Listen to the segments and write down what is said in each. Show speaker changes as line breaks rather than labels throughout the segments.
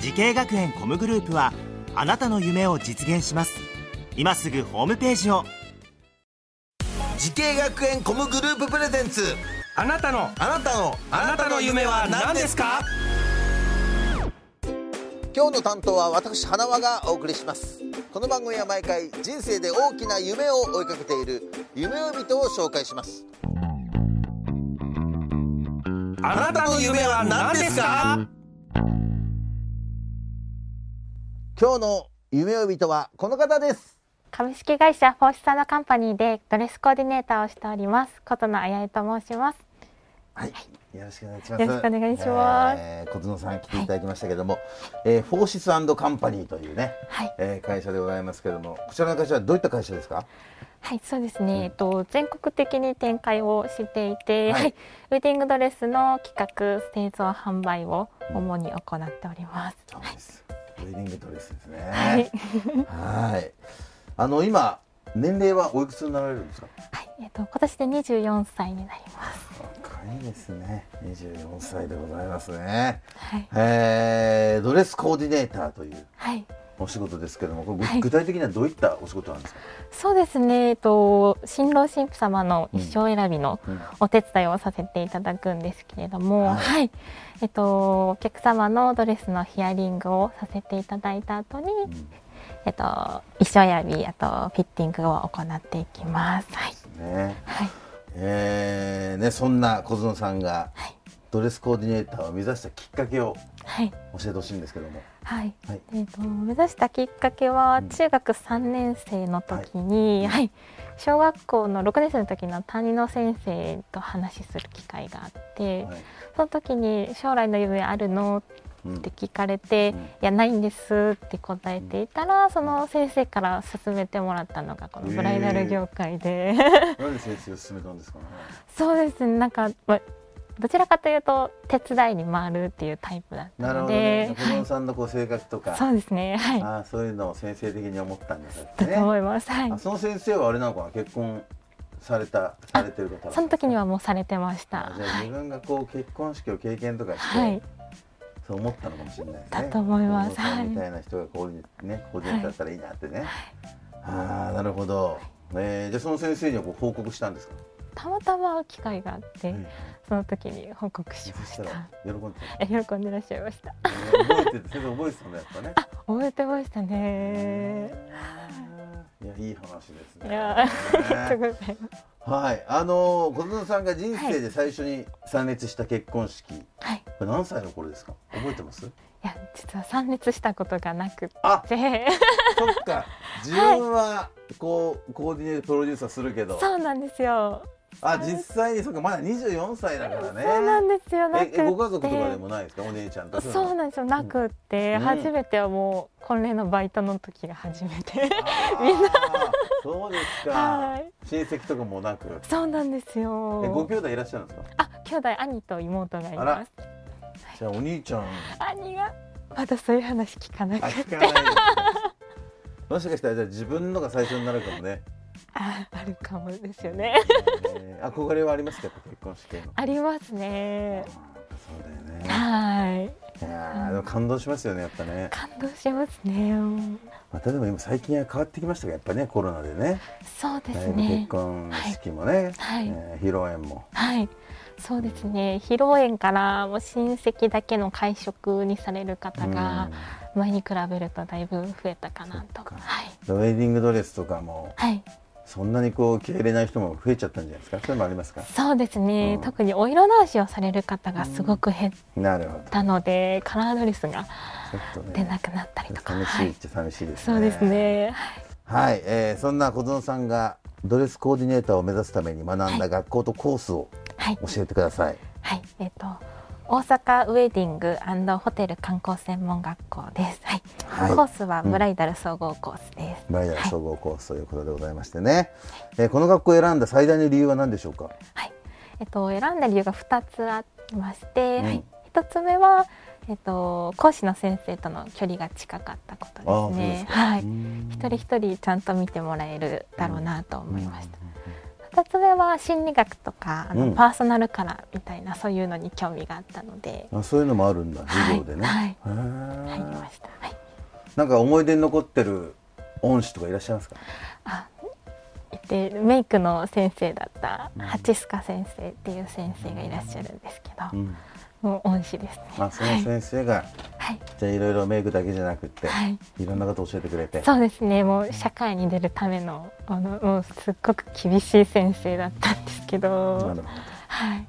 時系学園コムグループはあなたの夢を実現します今すぐホームページを
時系学園コムグループプレゼンツ
あなたの
あなたの
あなたの夢は何ですか
今日の担当は私花輪がお送りしますこの番組は毎回人生で大きな夢を追いかけている夢を人を紹介します
あなたの夢は何ですか
今日の夢を人はこの方です
株式会社フォーシサードカンパニーでドレスコーディネーターをしております琴野あやえと申します
はい、よろしくお願いしま
よろしくお願いします
えー、小園さん来ていただきましたけども、えーフォーシスカンパニーというね、
はい
えー、会社でございますけどもこちらの会社はどういった会社ですか
はいそうですね、えっと全国的に展開をしていて、
は
はいい、ウェディングドレスの企画製造販売を主に行っております、
そうですウェディングドレスですね
はい、
はいあの今年齢はおいくつになられるんですか
はい、えっと今年で24歳になります
若いですね。二十四歳でございますね。
はい、
えー、ドレスコーディネーターという
はい、
お仕事ですけども、これ
はい
具体的にはどういったお仕事なんですか。
そうですねえっと新郎新婦様の一生選びの
うん
お手伝いをさせていただくんですけれども、
は
はいい、えっとお客様のドレスのヒアリングをさせていただいた後に、
ん
えっと衣装選びあとフィッティングを行っていきます。はい、
ね、
はい、
えー、ねそんな小園さんが
はい
ドレスコーディネーターを目指したきっかけを
はい、
教えてほしいんですけども。
はい。
はい。
えっと目指したきっかけは中学3年生の時に、はい、小学校の6年生の時の担任の先生と話しする機会があって、
はい。
その時に将来の夢あるの
うん
って聞かれて、
うん
いやないんですって答えていたら、その先生から勧めてもらったのがこのブライダル業界で、
なんで先生を勧めたんですかね。
そうですねなんか、ま、どちらかというと手伝いに回るっていうタイプだっ
な
た
るほ
の
どね
で。、
小園さんのこう性格とか、
そうですねはい
あーそういうのを先生的に思ったんですね。
だと思います、はい
あその先生はあれなのかな結婚されたされてる方
その時に
は
はもうされてました
じゃあ自分がこう結婚式を経験とかして、
はい
そう思ったのかもしれないですね
だと思います
小室さん
はい
みたいな人がこういうね個人だったらいいなってね、ああなるほど、えー、じゃあその先生にはこう報告したんですか、
たまたま機会があって、
うん
その時に報告し
そ
ま
し
した
ら
た
喜んで
え 喜んでらっしゃいました
た覚えてて先生覚えてたんだやっぱ ね
覚えてましたね
いやいい話ですね
いやー、あり
ね
がとうございます
はいあのー、小園さんが人生で最初に参列した結婚式、
はい
これ何歳の頃ですか覚えて ます
いや実は参列したことがなく
あ
て
そっか自分はこう、コーディネートプロデューサーするけど
そうなんですよ
あ実際にそっかまだ24歳だからね
そうなんですよなく
え
て
えご家族とかでもないですかお姉ちゃんとか
そうなんですよなくって、
うん
初めてはもう婚礼のバイトの時が初めて
みんなそうですか、
はい
親戚とかもなくえ
そうなんですよ
ご兄弟いらっしゃるんですか
あ兄弟兄と妹がい
あら
ます
じゃあお兄ちゃん
兄がまだそういう話聞かな
あ
く
聞
て
かないですかもしかしたらじゃあ自分のが最初になるかも ね
ああるかもです よね
えー憧れはありますか結婚式への
あります
あーや
ね
っぱそうだよね
はい
いやーでも感動しますよねやっぱね
感動しますねもう
またでも今最近は変わってきましたがやっぱねコロナでね
そうで
だ
す
いぶ結
ね
婚式もね、
はい
えー披露宴も
はい、そうですね。披露宴からもう親戚だけの会食にされる方が前に比べるとだいぶ増えたかな
そっ
と。
か
はい。
うんウェディングドレスとかも
はい、
そんなにこう着れれない人も増えちゃったんじゃないですかそれもありますか
そうですね、
うん
特にお色直しをされる方がすごく減っ
なるほど
たので、カラードレスが
ちょっと
出
ね
なくなったりとか、
寂し
はい
っ
い、
ちゃ寂しいですね
そうですね、はい
はい、えーそんな小園さんがドレスコーディネーターを目指すために学んだ学校とコースを
はい
教えてください、
はいえっ、と大阪ウェディングホテル観光専門学校です。はい。
はい
コースはブライダル総合コースです。
バイダル総合コースということでございましてね、えーこの学校を選んだ最大の理由は何でしょうか
はい。えっと選んだ理由が二つありまして、
うん
はい。一つ目はえっと講師の先生との距離が近かったこと
あーそう
です
です。
ね
か
はい。
うん
一人一人ちゃんと見てもらえるだろうなと思いました。二つ目は心理学とかあの、
うん
パーソナルカラーみたいなそういうのに興味があったので
あそういうのもあるんだ授業でね、
はい
へ
入り
ー
ました。はい。
なんか思い出に残ってる恩師とかいらっしゃいますか
あいてメイクの先生だった八須賀先生っていう先生がいらっしゃるんですけど、
うん
もう恩師ですね。
あその先生が、
はい、
じゃあいろいろメイクだけじゃなくって、
はい、
い、ろんなこと教えてくれて
そうですね。もう社会に出るためのあのもうすっごく厳しい先生だったんですけ
な
ど
る、ほど
はい、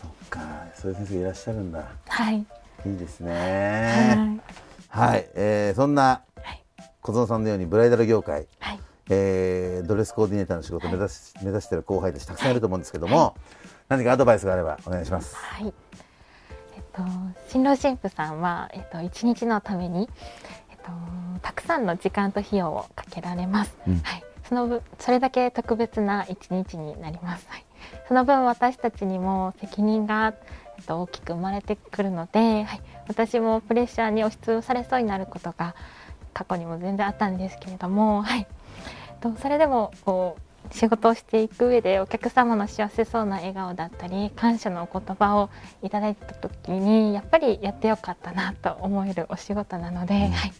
そっかそういう先生いらっしゃるんだ
はい、
いいです
は
ね
い、
はい、えーそんな
はい
小園さんのようにブライダル業界、
はい、
えードレスコーディネーターの仕事を目指し、目指してる後輩たちたくさんいると思うんですけども、何かアドバイスがあればお願いします。
はい。えっと新郎新婦さんはえっと一日のためにえっとたくさんの時間と費用をかけられます。
うん
はい。その分それだけ特別な一日になります。はい。その分私たちにも責任がえっと大きく生まれてくるので、はい。私もプレッシャーに押しつぶされそうになることが過去にも全然あったんですけれども、はい。とそれでもこう仕事をしていく上でお客様の幸せそうな笑顔だったり感謝のお言葉をいただいた時にやっぱりやってよかったなと思えるお仕事なので、はい、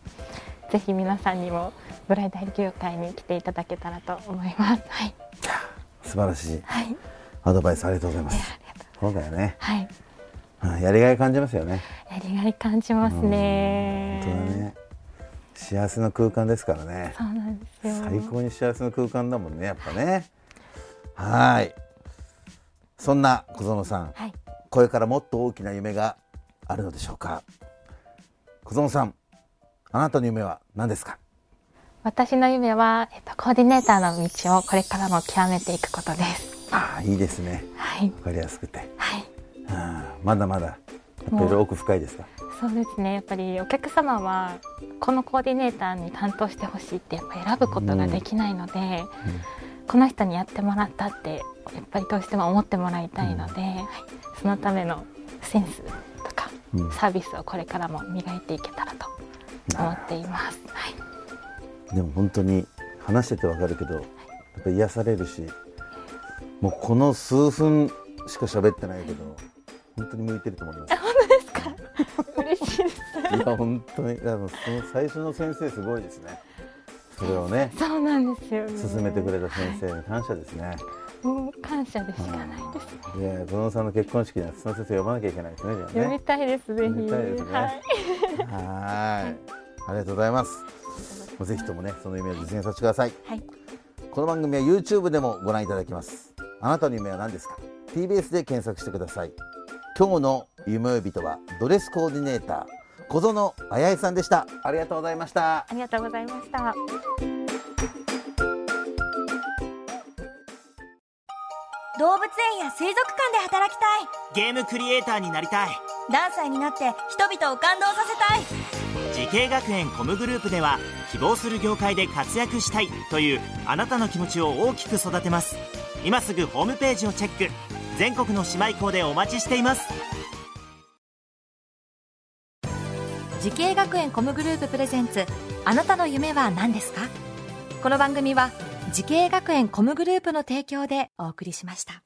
ぜひ皆さんにもブライダル業界に来ていただけたらと思います。はい、
素晴らしい
はい、
アドバイスありがとうございます。
ありがとう
そうだよね、
はい、
うんやりがい感じますよね。
やりがい感じますね
本。当だね。幸せの空間ですからね。
そうなんですよ。
最高に幸せの空間だもんね、やっぱね。はい。そんな小園さん、
はい、
これからもっと大きな夢があるのでしょうか。小園さん、あなたの夢は何ですか。
私の夢は、えっと、コーディネーターの道をこれからも極めていくことです。
ああ、いいですね。
はい、
わかりやすくて。
はい。
ああまだまだ。やっぱり奥深いですか。
そうですねやっぱりお客様はこのコーディネーターに担当してほしいってやっぱ選ぶことができないので、この人にやってもらったってやっぱりどうしても思ってもらいたいので、はい、そのためのセンスとか
うん
サービスをこれからも磨いていけたらと思っています。はい、
でも本当に話しててわかるけどやっぱ癒されるしもうこの数分しか喋ってないけど本当に向いてると思います
嬉しいです。
いや本当にあのその最初の先生すごいですねそれをね
そうなんですよ、ね。
進めてくれた先生に感謝ですね、
もう感謝でしかないです。
い、や小野さんの結婚式にはその先生呼ばなきゃいけないですねじゃあ
読み
ね
たいですぜひ。
読みたいですね
はい。
はーいありがとうございますもうぜひともねその夢を実現させてください
はい
この番組は YouTube でもご覧いただけますあなたの夢は何ですか TBS で検索してください今日の夢呼びとはドレスコーディネーター小園彩さんでしたありがとうございました
ありがとうございました。
動物園や水族館で働きたい
ゲームクリエイターになりたい
ダンサーになって人々を感動させたい
時系学園コムグループでは希望する業界で活躍したいというあなたの気持ちを大きく育てます今すぐホームページをチェック全国の姉妹校でお待ちしています
時系学園コムグループプレゼンツあなたの夢は何ですかこの番組は時系学園コムグループの提供でお送りしました